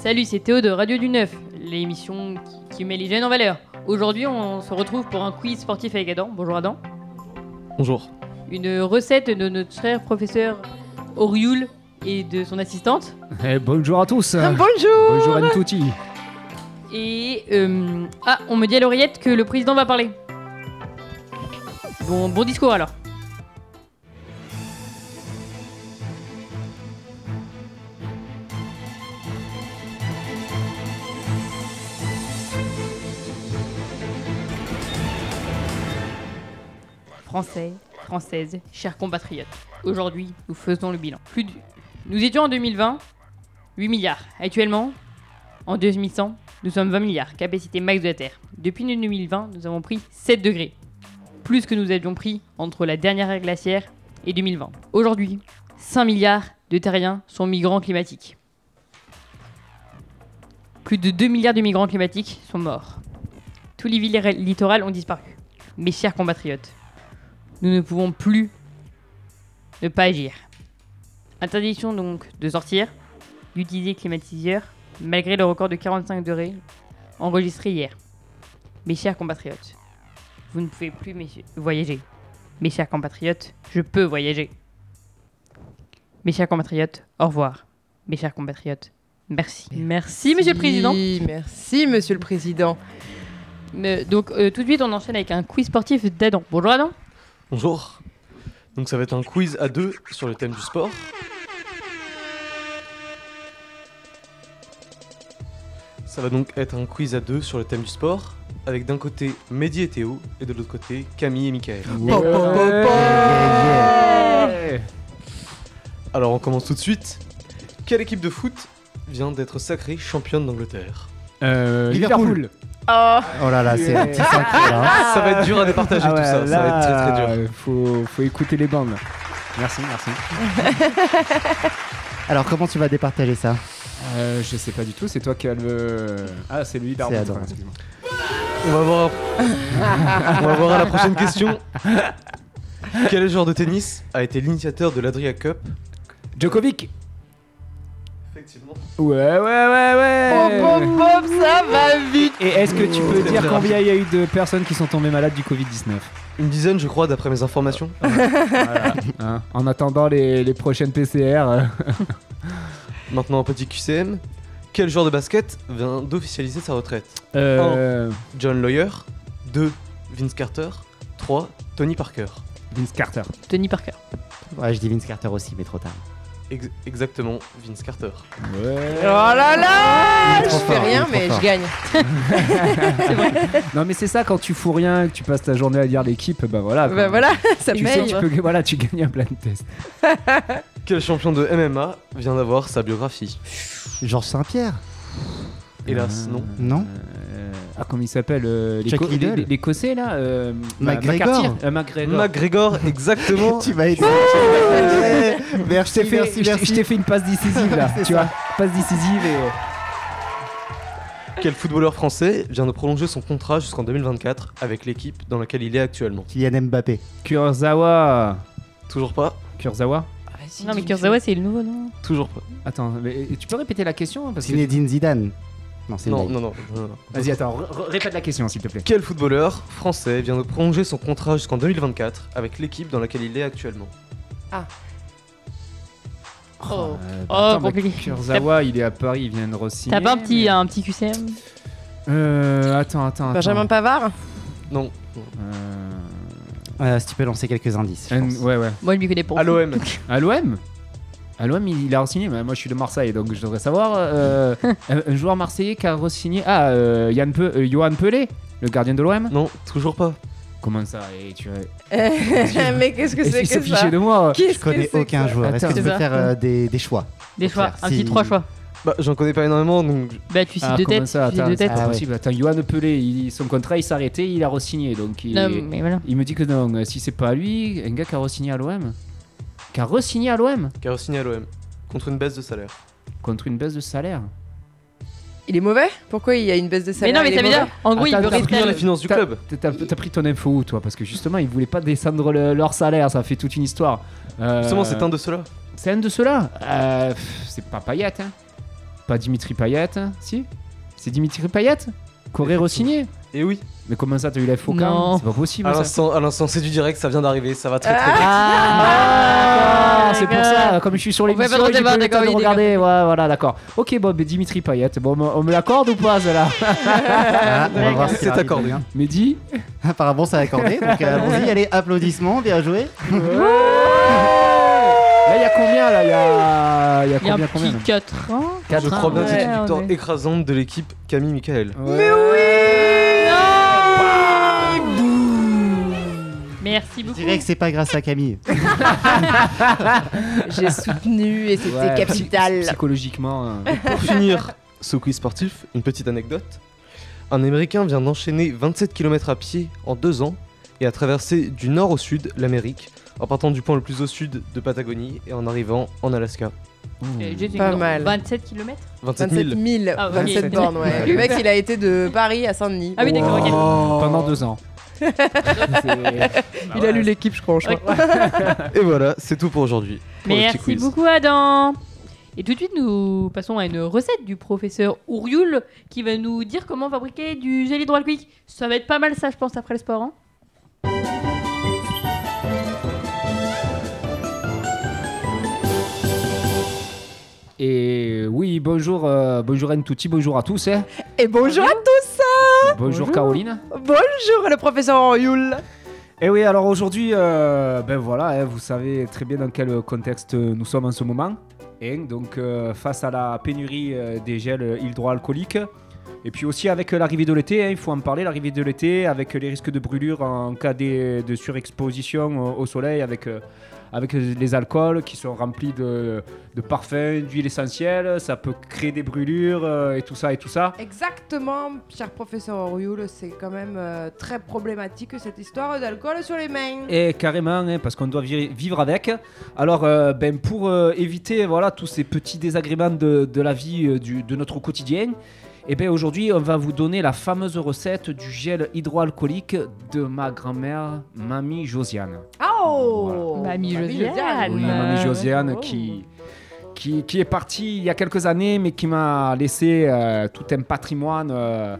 Salut, c'est Théo de Radio du Neuf, l'émission qui, qui met les jeunes en valeur. Aujourd'hui, on se retrouve pour un quiz sportif avec Adam. Bonjour Adam. Bonjour. Une recette de notre cher professeur Oriul et de son assistante. Et Eh, bonjour à tous. Bonjour bonjour à Tutti. Et. euh, ah, on me dit à l'oreillette que le président va parler. Bon, bon discours alors. Français, Françaises, chers compatriotes, aujourd'hui nous faisons le bilan. Plus de- Nous étions en 2020 8 milliards. Actuellement, en 2100, nous sommes 20 milliards, capacité max de la Terre. Depuis 2020, nous avons pris 7 degrés, plus que nous avions pris entre la dernière ère glaciaire et 2020. Aujourd'hui, 5 milliards de terriens sont migrants climatiques. Plus de 2 milliards de migrants climatiques sont morts. Tous les villes littorales ont disparu. Mes chers compatriotes, nous ne pouvons plus ne pas agir. Interdiction donc de sortir, d'utiliser le climatiseur, malgré le record de 45 degrés enregistré hier. Mes chers compatriotes, vous ne pouvez plus messieurs- voyager. Mes chers compatriotes, je peux voyager. Mes chers compatriotes, au revoir. Mes chers compatriotes, merci. Merci, monsieur le président. Merci, monsieur le président. Mais, donc, euh, tout de suite, on enchaîne avec un quiz sportif d'Adam. Bonjour, Adam. Bonjour. Donc ça va être un quiz à deux sur le thème du sport. Ça va donc être un quiz à deux sur le thème du sport, avec d'un côté Mehdi et Théo, et de l'autre côté Camille et Michael. Po, po, po, po. Alors on commence tout de suite. Quelle équipe de foot vient d'être sacrée championne d'Angleterre Euh, Liverpool. Liverpool. Oh là là, c'est un petit hein. sacré là. Ça va être dur à départager Ah tout ouais, ça, ça va être très très dur. là, Faut, faut écouter les bandes. Merci, merci. Alors comment tu vas départager ça Euh, Euh, je sais pas du tout, c'est toi qui as le. Ah, c'est lui l'arbitre. C'est Adam. excuse-moi. On va voir, on va voir à la prochaine question. Quel joueur de tennis a été l'initiateur de l'Adria Cup Djokovic. Effectivement. Ouais, ouais, ouais, Pop, ouais. pop, pop, ça va vite Et est-ce que tu Oh, peux c'est dire très combien il y a eu de personnes qui sont tombées malades du Covid-19 Une dizaine, je crois, d'après mes informations. Hein, En attendant les, les prochaines PCR. euh. Maintenant, un petit QCM. Quel joueur de basket vient d'officialiser sa retraite Euh, John Lawyer 2. Vince Carter 3. Tony Parker. Vince Carter. Tony Parker. Ouais, je dis Vince Carter aussi, mais trop tard. Ex- exactement, Vince Carter. Ouais. Oh là là Il est Je trop fais fort, rien, il est trop mais je fort. gagne. Non mais c'est ça quand tu fous rien, que tu passes ta journée à dire l'équipe, bah voilà. quoi. Bah voilà, ça Tu sais, paye. tu peux, voilà, tu gagnes un blind test. Quel champion de MMA vient d'avoir sa biographie Georges Saint-Pierre Ah. Hélas, non. Non. Euh, ah, comment il s'appelle euh, Chuck l'Éco- Liddell. l'É- L'Écossais là euh, bah, McGregor. McCarthy, euh, McGregor. McGregor, exactement. Oh, Tu vas être. Je Merci, t'ai fait, merci, je t'ai- je merci. t'ai fait une passe décisive là, tu vois. Passe décisive et. euh, Quel footballeur français vient de prolonger son contrat jusqu'en 2024 avec l'équipe dans laquelle il est actuellement Kylian Mbappé. Kurzawa. Toujours pas Kurzawa Ah, Non, mais Kurzawa, c'est le nouveau, non Toujours pas. Attends, mais tu peux répéter la question hein, parce que... Zinedine Zidane. Non, c'est Non, une blague. non, non, non, non. Vas-y, attends, r- r- répète la question s'il te plaît. Quel footballeur français vient de prolonger son contrat jusqu'en 2024 avec l'équipe dans laquelle il est actuellement Oh. Euh, Oh, attends, mais compliqué. Kurzawa, il est à Paris, il vient de re-signer, T'as pas un petit, hein. un mais- petit QCM Euh, attends, attends, attends. Benjamin Pavard Non. Euh, Euh, si tu peux lancer quelques indices. je N- pense. ouais, ouais. Moi, je m'y connais pas. À l'OM. À l'OM À l'OM, il, il a re-signé. mais moi, je suis de Marseille, donc je devrais savoir. euh, un, un joueur marseillais qui a re-signé. Ah, euh, Yann Pe- euh, Johan Pelé, le gardien de l'OM Non, toujours pas. Comment ça et tu, Mais qu'est-ce que et c'est tu sais que ça fiché de moi Qu'est-ce Je connais que c'est aucun que ça joueur. Est-ce que Attends. tu peux faire euh, des, des choix Des choix, Claire, un si- petit trois choix. Bah, j'en connais pas énormément, donc Bah, tu cites Ah, deux comment têtes. ça tu cites Attends, deux c'est têtes. Ah pas ouais. possible. Attends, Johan Pelé, il- son contrat, il s'est arrêté, il a re-signé. Donc, il, Non, mais voilà. il me dit que non, euh, si c'est pas lui, un gars qui a re-signé à l'OM. Qui a re-signé à l'OM qui a signé à l'OM. Contre une baisse de salaire. contre une baisse de salaire. Il est mauvais Pourquoi il y a une baisse de Mais salaire non, mais il est ça veut dire, mauvais en gros, il Attends, veut attends, rester. rien à Réduire le- la l'OM. finance du T'as- club. t'as- T'as t'as pris ton info où, toi Parce que justement, ils voulaient pas descendre le- leur salaire, ça fait toute une histoire. Euh, Justement, c'est un de ceux-là. C'est un de ceux-là Euh, pff, C'est pas Payet, hein Pas Dimitri Payet, hein, si C'est Dimitri Payet Corée re-signé Eh Et oui, Mais comment ça, t'as eu la faux Non. C'est pas possible à ça. l'instant, à l'instant, c'est du direct, ça vient d'arriver, ça va très très vite. Ah, d'accord, c'est pour d'accord. ça, comme je suis sur On l'émission, fait pas trop j'ai pas débat, eu le temps d'accord, de il est regarder. Ouais, voilà, d'accord. Ok, Bob et Dimitri Payet, bon, on me l'accorde ou pas, celle-là Ah, on va voir si C'est l'arbitre accordé. vient. Mehdi Apparemment, c'est accordé. Donc, euh, allons-y. Allez, applaudissements. Bien joué. Là, il y a combien, là Il y a, il y a Il y a un combien, combien petit 4 ans. Je crois bien que c'est Ouais, une victoire on est- écrasante de l'équipe Camille Michael. Mais Merci Je beaucoup. dirais que c'est pas grâce à Camille. J'ai soutenu et c'était capital. Psychologiquement. euh, Pour finir ce quiz sportif, une petite anecdote. Un Américain vient d'enchaîner 27 km à pied en deux ans et a traversé du nord au sud l'Amérique en partant du point le plus au sud de Patagonie et en arrivant en Alaska. Euh, j'ai- Pas mal. 27 km 27 000. 27 000, Ah, ok. 27 bornes, ouais. Le mec, il a été de Paris à Saint-Denis. Ah oui, d'accord, Oh. ok. Pendant deux ans. Il a lu l'équipe, je crois. je crois. Et voilà, c'est tout pour aujourd'hui. pour le petit Merci quiz. beaucoup, Adam. Et tout de suite, nous passons à une recette du professeur Ourioul qui va nous dire comment fabriquer du gel hydroalcoolique. Ça va être pas mal, ça, je pense, après le sport. hein. Et oui, bonjour, euh, bonjour Entouti, bonjour à tous. hein. Et bonjour à Bonjour Caroline. tous Bonjour le professeur Yul Et Eh oui, alors aujourd'hui, euh, ben voilà, hein, vous savez très bien dans quel contexte nous sommes en ce moment. Et donc, euh, face à la pénurie euh, des gels hydroalcooliques, et puis aussi avec l'arrivée de l'été, hein, il faut en parler, l'arrivée de l'été, avec les risques de brûlure en cas de, de surexposition au, au soleil, avec, euh, avec les alcools qui sont remplis de, de parfums, d'huiles essentielles, ça peut créer des brûlures euh, et tout ça et tout ça. Exactement, cher professeur Oriol, c'est quand même euh, très problématique cette histoire d'alcool sur les mains. Et carrément, hein, parce qu'on doit vi- vivre avec. Alors, euh, ben, pour euh, éviter voilà, tous ces petits désagréments de, de la vie euh, du- de notre quotidien, eh ben, aujourd'hui, on va vous donner la fameuse recette du gel hydroalcoolique de ma grand-mère, Mamie Josiane. Ah oh Voilà. Mamie Josiane. Oui, Euh, Mamie ouais. Josiane Oh. qui, qui, qui est partie il y a quelques années, mais qui m'a laissé euh, tout un patrimoine euh,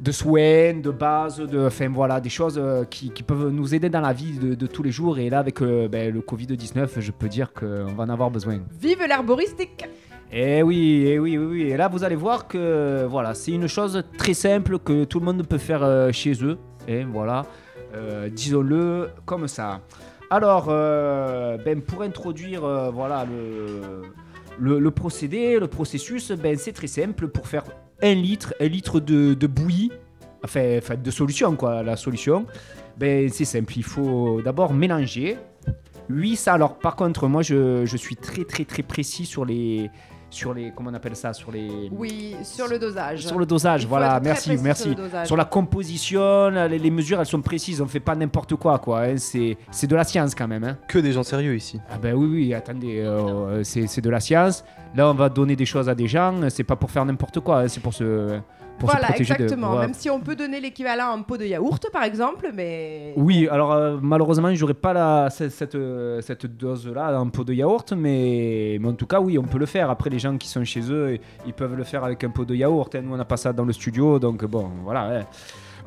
de soins, de bases, de, enfin, voilà, des choses euh, qui, qui peuvent nous aider dans la vie de, de tous les jours. Et là, avec euh, ben, le Covid-19, je peux dire qu'on va en avoir besoin. Vive l'herboristique Eh oui, eh oui, oui, oui. Et là, vous allez voir que voilà, c'est une chose très simple que tout le monde peut faire euh, chez eux. Et voilà, euh, disons-le comme ça. Alors, euh, ben, pour introduire euh, voilà, le, le, le procédé, le processus, ben, c'est très simple pour faire un litre, un litre de, de bouillie, enfin, enfin, de solution, quoi, la solution. Ben, c'est simple, il faut d'abord mélanger. 800, alors par contre, moi je, je suis très très très précis sur les, sur les comment on appelle ça sur les Oui, sur le dosage. sur le Il dosage faut voilà être très merci précis merci Sur, le dosage. sur la composition la- les, les mesures elles sont précises on fait pas n'importe quoi quoi hein, c'est c'est de la science quand même hein. Que des gens sérieux ici. ah ben oui oui attendez euh, c'est c'est de la science là on va donner des choses à des gens c'est pas pour faire n'importe quoi hein, c'est pour se pour se Voilà, protéger de- exactement. voilà. Même si on peut donner l'équivalent en pot de yaourt, par exemple, mais... Oui, alors euh, malheureusement, j'aurais pas la, cette, cette, euh, cette dose-là en pot de yaourt, mais, mais en tout cas, oui, on peut le faire. Après, les gens qui sont chez eux, ils- ils peuvent le faire avec un pot de yaourt. hein. Nous, on n'a pas ça dans le studio, donc bon, voilà. ouais.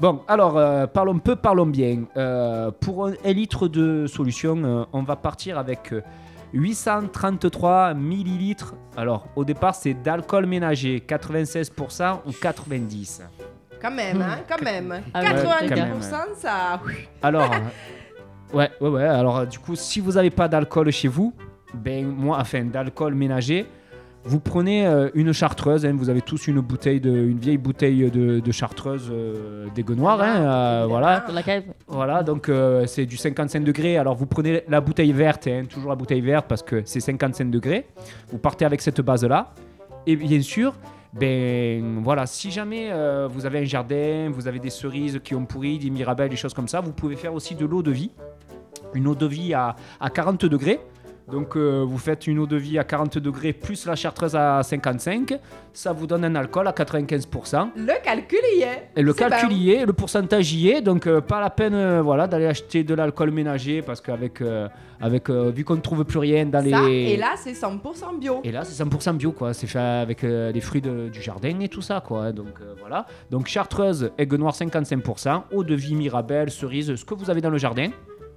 Bon, alors, euh, parlons peu, parlons bien. Euh, pour un, un litre de solution, euh, on va partir avec euh, 833 millilitres. Alors, au départ, c'est d'alcool ménager, 96% ou 90%. Quand même, hein, quand même. Ah ouais, quand 90%, ça... Alors, euh, ouais, ouais, ouais. Alors, euh, du coup, si vous n'avez pas d'alcool chez vous, ben moi, enfin, d'alcool ménager, vous prenez euh, une chartreuse. hein, vous avez tous une bouteille, de, une vieille bouteille de, de chartreuse euh, des Guenoirs, hein, euh, voilà. Dans la cave. Voilà, donc euh, c'est du 55 degrés. Alors vous prenez la bouteille verte, hein, toujours la bouteille verte parce que c'est 55 degrés. Vous partez avec cette base-là. Et bien sûr, ben voilà, si jamais euh, vous avez un jardin, vous avez des cerises qui ont pourri, des mirabelles, des choses comme ça, vous pouvez faire aussi de l'eau de vie. Une eau de vie à, à 40 degrés. Donc euh, vous faites une eau de vie à 40 degrés plus la chartreuse à 55, ça vous donne un alcool à 95%. Le calcul y est. Et le C'est calcul bon. y est, le pourcentage y est, donc euh, pas la peine euh, voilà, d'aller acheter de l'alcool ménager parce qu'avec euh, avec, euh, vu qu'on ne trouve plus rien dans les... Ça, et là, c'est 100% bio. Et là, c'est 100% bio, quoi. C'est fait avec euh, les fruits de- du jardin et tout ça, quoi. hein. Donc euh, voilà. Donc chartreuse, aigue noire 55%, eau de vie, mirabelle, cerise, ce que vous avez dans le jardin.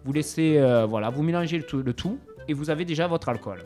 Vous laissez, euh, voilà, vous mélangez le tout, le tout et vous avez déjà votre alcool.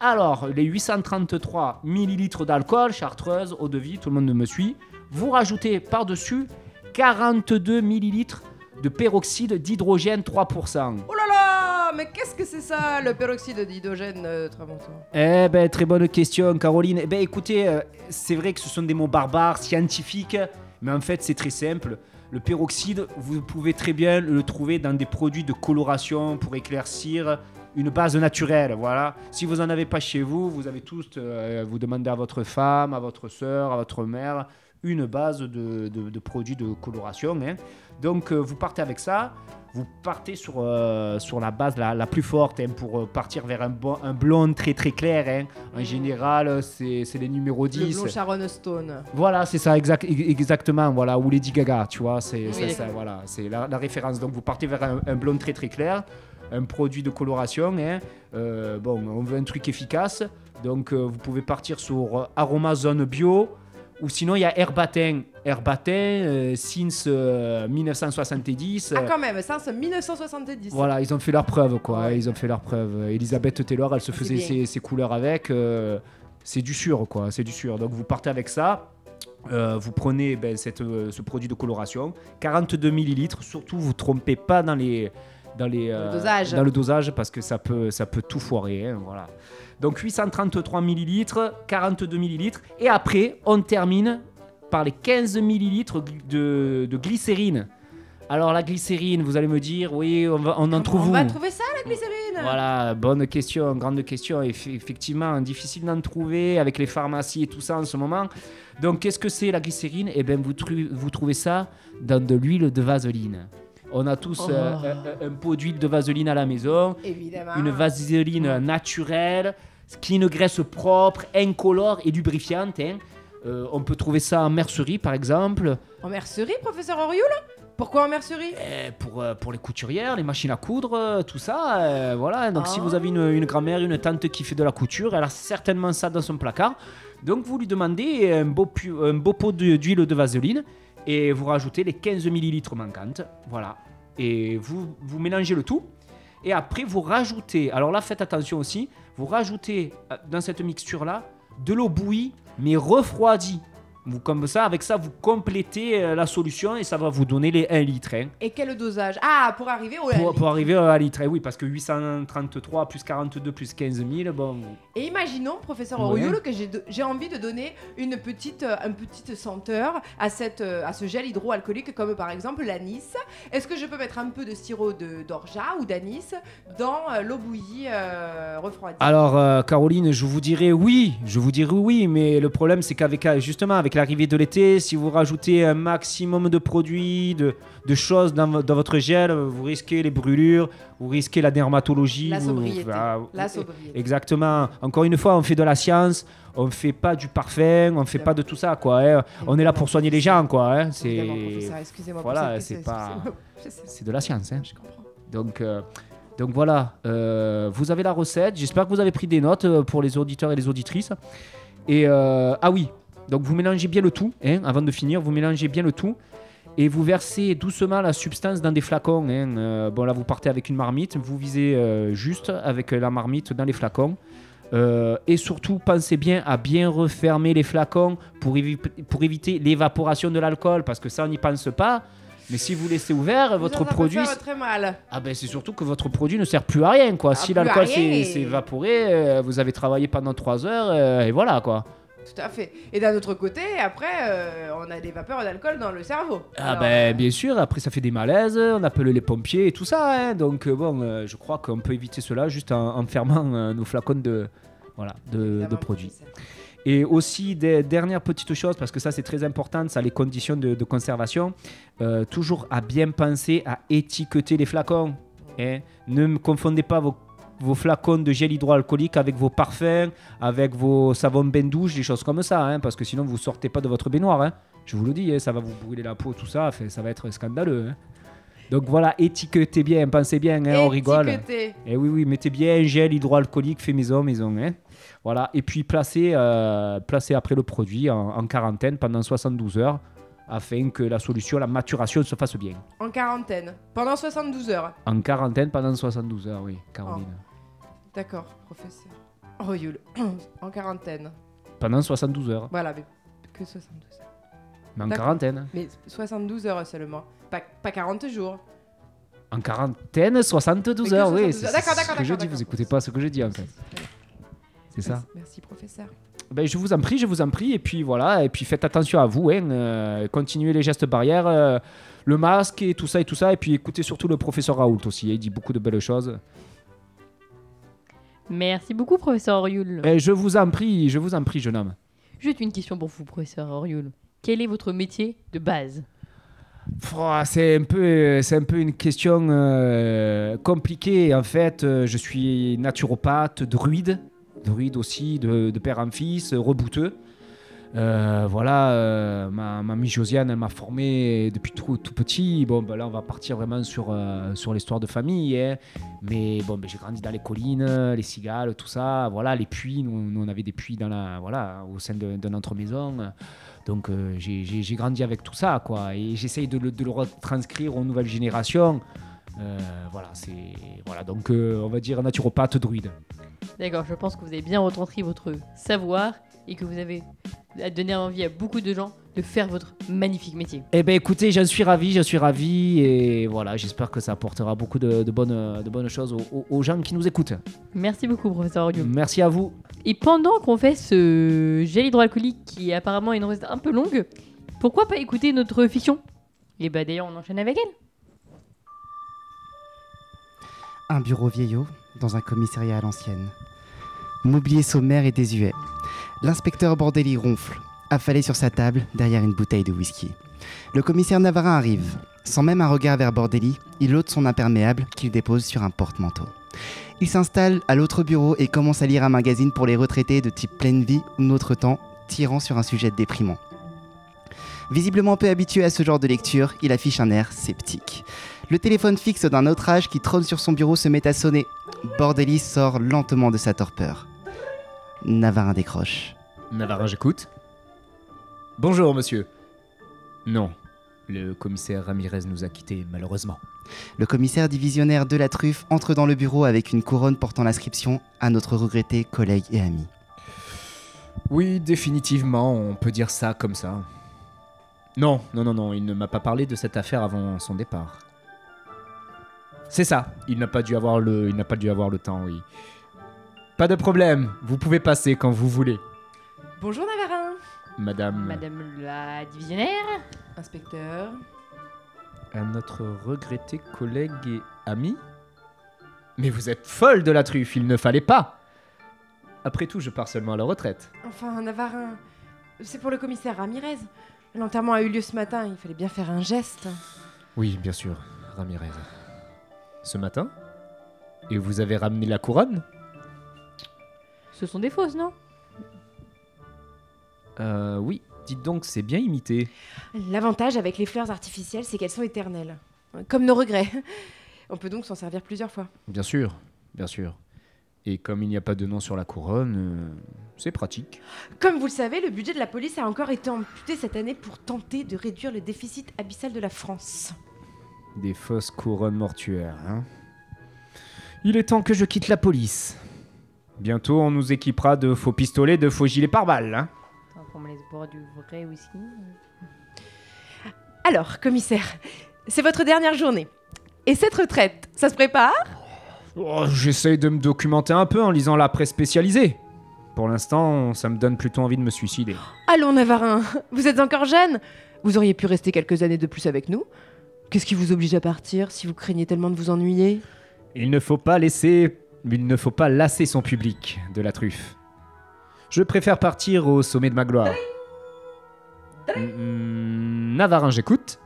Alors, les 833 millilitres d'alcool, chartreuse, eau de vie, tout le monde me suit. Vous rajoutez par-dessus 42 millilitres de peroxyde d'hydrogène 3%. Oh là là Mais qu'est-ce que c'est ça, le peroxyde d'hydrogène euh, Tramontan Eh ben, très bonne question, Caroline. Eh ben, écoutez, euh, c'est vrai que ce sont des mots barbares, scientifiques, mais en fait, c'est très simple. Le peroxyde, vous pouvez très bien le trouver dans des produits de coloration pour éclaircir une base naturelle, voilà. Si vous en avez pas chez vous, vous avez tous, euh, vous demandez à votre femme, à votre soeur, à votre mère, une base de, de- de produits de coloration. hein. Donc, euh, vous partez avec ça vous partez sur, euh, sur la base la, la plus forte hein, pour euh, partir vers un, bon, un blond très très clair. hein. En Mm. général, euh, c'est c'est les numéros Le 10. blond Sharon Stone. Voilà, c'est ça exact, e- exactement. Voilà, ou Lady Gaga, tu vois, c'est Oui, c'est ça, d'accord. voilà, c'est la, la référence. Donc vous partez vers un, un blond très très clair, un produit de coloration. hein. Euh, bon, on veut un truc efficace, donc euh, vous pouvez partir sur euh, Aroma Zone Bio. Ou sinon, il y a Herbatin. Herbatin, euh, since euh, 1970. Ah, euh, quand même, ça, c'est 1970. voilà, ils ont fait leur preuve, quoi. Ouais. Ils ont fait leur preuve. Elisabeth Taylor, elle se faisait bien. ses, ses couleurs avec. euh, c'est du sûr, quoi. C'est du sûr. Donc vous partez avec ça. euh, vous prenez ben, cette, euh, ce produit de coloration, 42 millilitres. Surtout, vous trompez pas dans les dans les euh, le dosage. dans le dosage parce que ça peut ça peut tout foirer. hein, voilà. Donc 833 millilitres, 42 millilitres, et après on termine par les 15 millilitres gl- de, de glycérine. Alors la glycérine, vous allez me dire, oui, on, va- on en trouve On où va trouver ça, la glycérine Voilà, bonne question, grande question. Eff- effectivement, difficile d'en trouver avec les pharmacies et tout ça en ce moment. Donc, qu'est-ce que c'est la glycérine Eh bien, vous, tru- vous trouvez ça dans de l'huile de vaseline. On a tous Oh. euh, un- un, un pot d'huile de vaseline à la maison, Évidemment. une vaseline naturelle, qui est une graisse propre, incolore et lubrifiante. hein. Euh, on peut trouver ça en mercerie, par exemple, En mercerie, professeur Orioul Pourquoi en mercerie euh, pour, euh, pour les couturières, les machines à coudre, euh, tout ça. euh, voilà. Donc, si Ah. vous avez une, une grand-mère, une tante qui fait de la couture, elle a certainement ça dans son placard. Donc, vous lui demandez un beau, pu- un beau pot de- d'huile de vaseline et vous rajoutez les 15 millilitres manquantes. Voilà. Et vous, vous mélangez le tout. Et après, vous rajoutez, alors là, faites attention aussi, vous rajoutez euh, dans cette mixture-là de l'eau bouillie, mais refroidie. Vous, comme ça, avec ça, vous complétez euh, la solution et ça va vous donner les 1 litre. hein Et quel dosage Ah, pour arriver au... pour, pour arriver à litre, eh oui, parce que 833 plus 42 plus 15 000, bon. Et imaginons, professeur Ouais. Orioul, que j'ai do- j'ai envie de donner une petite, euh, une petite senteur à, cette, euh, à ce gel hydroalcoolique, comme par exemple l'anis. Est-ce que je peux mettre un peu de sirop de- d'orgeat ou d'anis dans euh, l'eau bouillie euh, refroidie Alors, euh, Caroline, je vous dirais oui, je vous dirais oui, mais le problème, c'est qu'avec euh, justement, avec l'arrivée de l'été, si vous rajoutez un maximum de produits, de, de choses dans, vo- dans votre gel, euh, vous risquez les brûlures, vous risquez la dermatologie. La vous- sobriété. bah, La et- sobriété. Exactement. Encore une fois, on fait de la science, on fait pas du parfum, on fait pas de tout ça, quoi. hein. On est là pour soigner les gens, quoi. hein. C'est Évidemment, professeur, excusez-moi pour voilà, cette c'est question, pas- excusez-moi. Je sais, c'est de la science, hein. je comprends. Donc, euh, donc voilà, euh, vous avez la recette. J'espère que vous avez pris des notes euh, pour les auditeurs et les auditrices. Et euh, ah oui, donc vous mélangez bien le tout, hein, avant de finir, vous mélangez bien le tout. Et vous versez doucement la substance dans des flacons. hein. Euh, bon là, vous partez avec une marmite, vous visez euh, juste avec la marmite dans les flacons. Euh, et surtout, pensez bien à bien refermer les flacons pour, évi- pour éviter l'évaporation de l'alcool, parce que ça, on n'y pense pas. Mais si vous laissez ouvert, Ça, ça votre peut produit, faire très mal. ah ben c'est surtout que votre produit ne sert plus à rien quoi. Ah, si plus à l'alcool rien s'est et- s'est évaporé, euh, vous avez travaillé pendant 3 heures euh, et voilà quoi. Tout à fait. Et d'un autre côté, après, euh, on a des vapeurs d'alcool dans le cerveau. Ah Alors, ben euh, bien sûr, après ça fait des malaises, on appelle les pompiers et tout ça. hein. Donc euh, bon, euh, je crois qu'on peut éviter cela juste en, en fermant euh, nos flacons de, voilà, de, de évidemment, produits. professeur. Et aussi, des dernières petites choses, parce que ça c'est très important, ça les conditions de, de conservation. Euh, toujours à bien penser à étiqueter les flacons. hein. Ne me confondez pas vos vos flacons de gel hydroalcoolique avec vos parfums, avec vos savons bain-douche, des choses comme ça, hein, parce que sinon vous sortez pas de votre baignoire. hein. Je vous le dis, hein, ça va vous brûler la peau, tout ça, fait- ça va être scandaleux. hein. Donc voilà, étiquetez bien, pensez bien, hein, on rigole. Étiqueté. Eh oui, oui, mettez bien un gel hydroalcoolique fait maison, maison. Hein. Voilà, et puis placez, euh, placez après le produit en, en quarantaine pendant 72 heures afin que la solution, la maturation se fasse bien. En quarantaine. Pendant 72 heures. En quarantaine pendant 72 heures, oui, Caroline. Oh. D'accord, professeur. Oh, Yul. En quarantaine. Pendant 72 heures, Voilà, mais que 72 heures. mais en D'accord. quarantaine. hein. Mais 72 heures seulement. Pas, pas 40 jours. En quarantaine, 72 Mais que heures, oui. 72 c'est- heures. c'est D'accord, ce d'accord, que je d'accord, dis, vous d'accord. écoutez pas ce que je dis en fait. C'est ça. Merci- Merci, professeur. Ben, je vous en prie, je vous en prie. Et puis voilà, et puis faites attention à vous. Hein, euh, continuez les gestes barrières, euh, le masque et tout ça et tout ça. Et puis écoutez surtout le professeur Raoult aussi. hein, Il dit beaucoup de belles choses. Merci beaucoup, professeur Oriol. Et je vous en prie, je vous en prie, jeune homme. Juste une question pour vous, professeur Oriol. Quel est votre métier de base Pouah, C'est un peu, c'est un peu une question euh, compliquée. En fait, Euh, je suis naturopathe, druide, druide aussi, de, de père en fils, euh, rebouteux. Euh, voilà, euh, ma mamie Josiane, elle m'a formé depuis tout, tout petit. Bon, ben là, on va partir vraiment sur, euh, sur l'histoire de famille. hein. Mais bon, ben, j'ai grandi dans les collines, les cigales, tout ça. Voilà, les puits. Nous, nous, on avait des puits dans la, voilà, au sein de, de notre maison. Donc euh, j'ai- j'ai j'ai grandi avec tout ça, quoi. Et j'essaye de, le- de le retranscrire aux nouvelles générations. Euh, voilà, c'est voilà. Donc euh, on va dire naturopathe druide. D'accord, je pense que vous avez bien retranscrit votre savoir et que vous avez donné envie à beaucoup de gens de faire votre magnifique métier. Eh ben écoutez, j'en suis ravi, je suis ravi, et voilà, j'espère que ça apportera beaucoup de, de bonnes de bonnes choses aux, aux- aux gens qui nous écoutent. Merci beaucoup, professeur Oriol. Merci à vous. Et pendant qu'on fait ce gel hydroalcoolique qui est apparemment une recette un peu longue, pourquoi pas écouter notre fiction Et bah d'ailleurs, on enchaîne avec elle. Un bureau vieillot dans un commissariat à l'ancienne. Mobilier sommaire et désuet. L'inspecteur Bordelli ronfle, affalé sur sa table derrière une bouteille de whisky. Le commissaire Navarin arrive. Sans même un regard vers Bordelli, il ôte son imperméable qu'il dépose sur un porte-manteau. Il s'installe à l'autre bureau et commence à lire un magazine pour les retraités de type pleine vie ou notre temps, tirant sur un sujet déprimant. Visiblement peu habitué à ce genre de lecture, il affiche un air sceptique. Le téléphone fixe d'un autre âge qui trône sur son bureau se met à sonner. Bordelli sort lentement de sa torpeur. Navarin décroche. Navarin, j'écoute. Bonjour, monsieur. Non, le commissaire Ramirez nous a quittés malheureusement. Le commissaire divisionnaire de la truffe entre dans le bureau avec une couronne portant l'inscription à notre regretté collègue et ami. Oui, définitivement, on peut dire ça comme ça. Non, non, non, non, il ne m'a pas parlé de cette affaire avant son départ. C'est ça, il n'a pas dû avoir le, il n'a pas dû avoir le temps, oui. Pas de problème, vous pouvez passer quand vous voulez, Bonjour, Navarin. madame. Madame la divisionnaire Inspecteur. À notre regretté collègue et ami Mais vous êtes folle de la truffe, il ne fallait pas Après tout, je pars seulement à la retraite. Enfin, Navarin. C'est pour le commissaire Ramirez. L'enterrement a eu lieu ce matin. Il fallait bien faire un geste. Oui, bien sûr, Ramirez. Ce matin Et vous avez ramené la couronne Ce sont des fausses, non Euh, oui. Dites donc, c'est bien imité. L'avantage avec les fleurs artificielles, c'est qu'elles sont éternelles. Comme nos regrets. On peut donc s'en servir plusieurs fois. Bien sûr, bien sûr. Et comme il n'y a pas de nom sur la couronne, euh, c'est pratique. Comme vous le savez, le budget de la police a encore été amputé cette année pour tenter de réduire le déficit abyssal de la France. Des fausses couronnes mortuaires, hein. Il est temps que je quitte la police. Bientôt, on nous équipera de faux pistolets, de faux gilets pare-balles, hein. Attends, qu'on me laisse boire du vrai whisky. Alors, commissaire, c'est votre dernière journée. Et cette retraite, ça se prépare Oh, J'essaye de me documenter un peu en lisant la presse spécialisée. Pour l'instant, ça me donne plutôt envie de me suicider. Allons, Navarin, vous êtes encore jeune. Vous auriez pu rester quelques années de plus avec nous. Qu'est-ce qui vous oblige à partir si vous craignez tellement de vous ennuyer Il ne faut pas laisser, il ne faut pas lasser son public de la truffe. Je préfère partir au sommet de ma gloire. Mm, Navarin, j'écoute.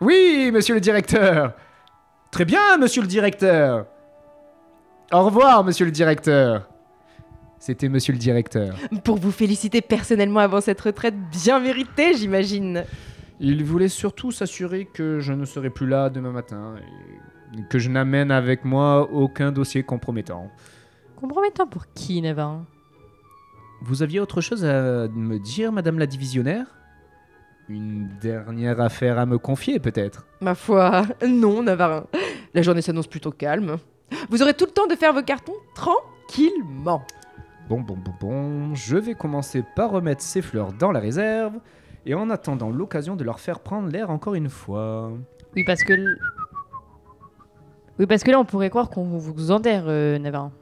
Oui, monsieur le directeur. Très bien, monsieur le directeur. Au revoir, monsieur le directeur. C'était monsieur le directeur. Pour vous féliciter personnellement avant cette retraite bien méritée, j'imagine. Il voulait surtout s'assurer que je ne serais plus là demain matin et que je n'amène avec moi aucun dossier compromettant. Compromettant pour qui, hein Navin Vous aviez autre chose à me dire, madame la divisionnaire Une dernière affaire à me confier, peut-être Ma foi, non, Navarin. La journée s'annonce plutôt calme. Vous aurez tout le temps de faire vos cartons tranquillement. Bon, bon, bon, bon, je vais commencer par remettre ces fleurs dans la réserve et en attendant l'occasion de leur faire prendre l'air encore une fois. Oui, parce que. l- Oui, parce que là, on pourrait croire qu'on vous enterre, euh, Navarin.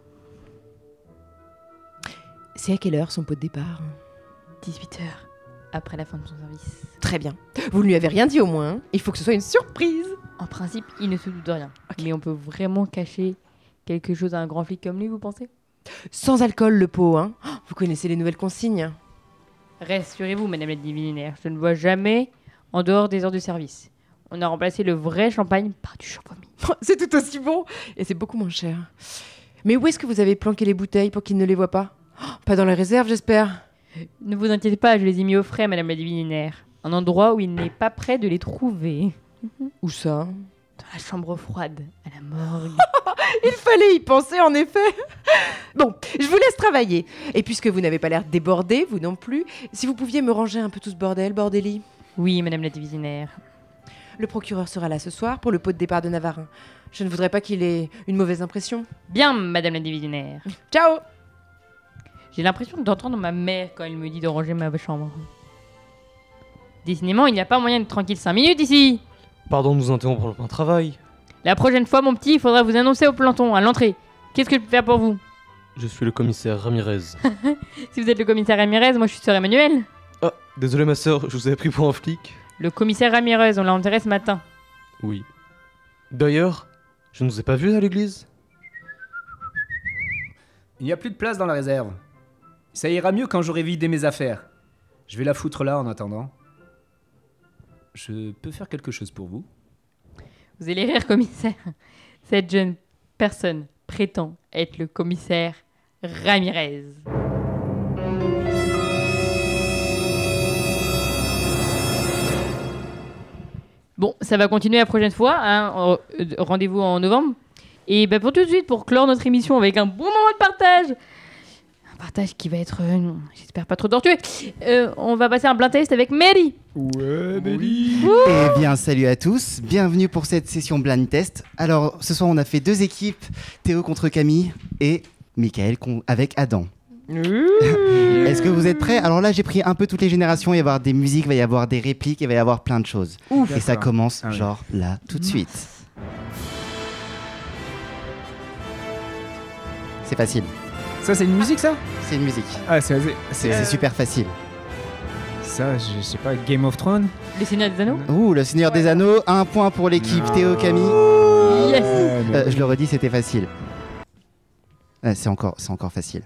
C'est à quelle heure son pot de départ 18h. Après la fin de son service. Très bien. Vous ne lui avez rien dit au moins. Il faut que ce soit une surprise. En principe, il ne se doute de rien. Mais on peut vraiment cacher quelque chose à un grand flic comme lui, vous pensez Sans alcool, le pot, hein. Oh, Vous connaissez les nouvelles consignes. Rassurez-vous, madame la divininaire, je ne bois jamais en dehors des heures de service. On a remplacé le vrai champagne par du champagne. C'est tout aussi bon et c'est beaucoup moins cher. Mais où est-ce que vous avez planqué les bouteilles pour qu'ils ne les voient pas Oh, Pas dans la réserve, j'espère. Ne vous inquiétez pas, je les ai mis au frais, madame la divininaire. Un endroit où il n'est pas prêt de les trouver. Où ça Dans la chambre froide, à la morgue. Il fallait y penser, en effet. Bon, je vous laisse travailler. Et puisque vous n'avez pas l'air débordé, vous non plus, si vous pouviez me ranger un peu tout ce bordel, bordéli. oui, madame la divininaire. Le procureur sera là ce soir pour le pot de départ de Navarin. Je ne voudrais pas qu'il ait une mauvaise impression. Bien, madame la divininaire. Ciao J'ai l'impression d'entendre ma mère quand elle me dit de ranger ma chambre. Décidément, il n'y a pas moyen de tranquille 5 minutes ici. Pardon de nous interrompre pour un travail. La prochaine fois, mon petit, il faudra vous annoncer au planton, à l'entrée. Qu'est-ce que je peux faire pour vous Je suis le commissaire Ramirez. Si vous êtes le commissaire Ramirez, moi je suis sœur Emmanuel. ah, désolé ma sœur, je vous avais pris pour un flic. Le commissaire Ramirez, on l'a enterré ce matin. Oui. D'ailleurs, je ne vous ai pas vu à l'église. Il n'y a plus de place dans la réserve. Ça ira mieux quand j'aurai vidé mes affaires. Je vais la foutre là en attendant. Je peux faire quelque chose pour vous Vous allez rire, commissaire. Cette jeune personne prétend être le commissaire Ramirez. Bon, ça va continuer la prochaine fois. hein. En- euh, Rendez-vous en novembre. Et ben pour tout de suite, pour clore notre émission avec un bon moment de partage, un partage qui va être, euh, j'espère pas trop tortueux, euh, on va passer un blind test avec Mary. Ouais, Eh bien, salut à tous, bienvenue pour cette session blind test. Alors, ce soir, on a fait deux équipes, Théo contre Camille et Michael con- avec Adam. Est-ce que vous êtes prêts Alors là, j'ai pris un peu toutes les générations, il va y avoir des musiques, il va y avoir des répliques, il va y avoir plein de choses. Et ça commence, Ah oui. genre, là, tout de suite. C'est facile, Ça, c'est une musique, ça c'est une musique, Ah, c'est. c'est c'est super facile. Ça, je sais pas, Game of Thrones Le Seigneur des Anneaux. Ouh, le Seigneur des Anneaux, un point pour l'équipe Théo Camille. Yes. Euh, je le redis, c'était facile. Ah, c'est encore, c'est encore facile.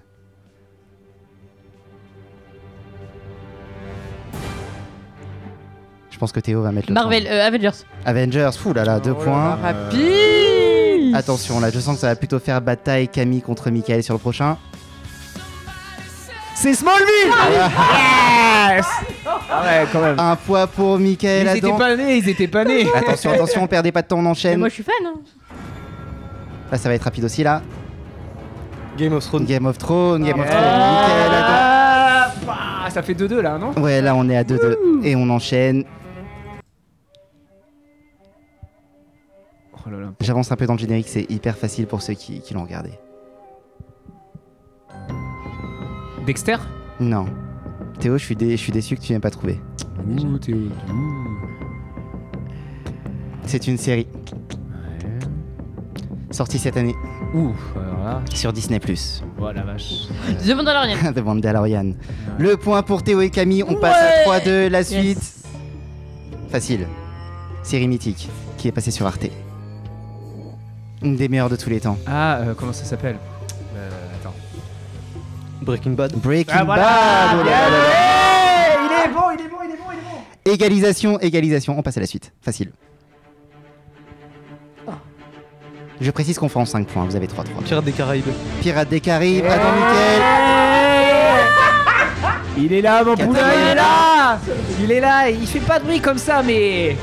Je pense que Théo va mettre le Marvel, euh, Avengers. point. Avengers, fou là là, deux points. Rapide Attention là, je sens que ça va plutôt faire bataille Camille contre Michael sur le prochain. C'est Smallville Ah ouais, quand même. Un point pour Michael ils étaient Adam. pas nés, ils étaient pas nés Ah, Attention, attention, on perdait pas de temps, on Mais enchaîne. moi je suis fan. hein. Là, ça va être rapide aussi là. Game of Thrones. Game of Thrones, Game Ah. of Thrones, Michael Adam. Ah, bah, Ça fait 2-2 là, non Ouais, là on est à 2-2 et on enchaîne. Oh là là. J'avance un peu dans le générique, c'est hyper facile pour ceux qui, qui l'ont regardé. Dexter Non. Théo, je suis, dé- je suis déçu que tu n'aies pas trouvé. Ouh, Théo. ouh. C'est une série sortie cette année Ouh, alors là. sur Disney+. Oh la vache. The Mandalorian. The Mandalorian. Le point pour Théo et Camille, on passe à 3-2, la suite. Yes. Facile. Série mythique qui est passée sur Arte. Une des meilleures de tous les temps. Ah, euh, comment ça s'appelle euh, Attends. Breaking Bad. Breaking Ah, voilà. Bad. oh là là là là. Il est bon, il est bon, il est bon, il est bon Égalisation, égalisation, on passe à la suite. Facile. Je précise qu'on fera en 5 points, vous avez 3 3. Pirates des Caraïbes. Pirates des Caraïbes, Adam Nickel Il est là, mon poulain, il est là Il est là, il fait pas de bruit comme ça, mais...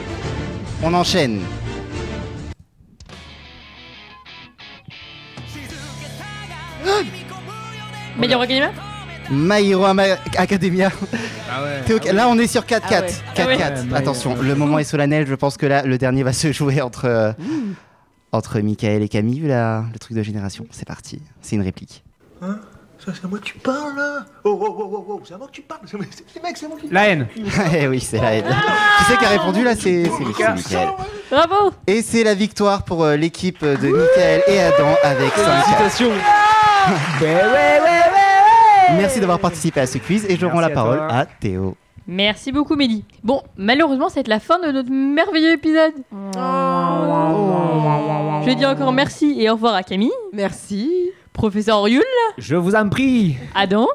On enchaîne. Meilleur Academia My Hero Ama- Academia. Ah ouais. T'es ok Là, on est sur 4-4. Ah ouais. 4-4. Ah ouais. Attention, le moment est solennel. Je pense que là, le dernier va se jouer entre, euh, entre Michael et Camille, vu la- le truc de génération. C'est parti. C'est une réplique. Hein Ça, c'est à moi que tu parles, là Oh, oh, oh, oh, oh, c'est à moi que tu parles C'est- c'est- Les mecs, c'est moi qui La haine eh oui, c'est Oh là. Qui c'est qui a répondu là C'est c'est lui, c'est Michael. Bravo Et c'est la victoire pour euh, l'équipe de Michael et Adam avec 5 Citation Ouais, ouais, Ben ouais, ouais, ouais. Merci d'avoir participé à ce quiz et je rends la Merci à parole toi. à Théo. Merci beaucoup, Mehdi. Bon, malheureusement, c'est la fin de notre merveilleux épisode. Je dis encore merci et au revoir à Camille, Merci. professeur Oriul, Je vous en prie Adam.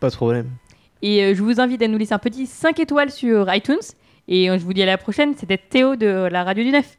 Pas de problème. Et euh, je vous invite à nous laisser un petit 5 étoiles sur iTunes. Et euh, je vous dis à la prochaine. C'était Théo de la Radio du Neuf.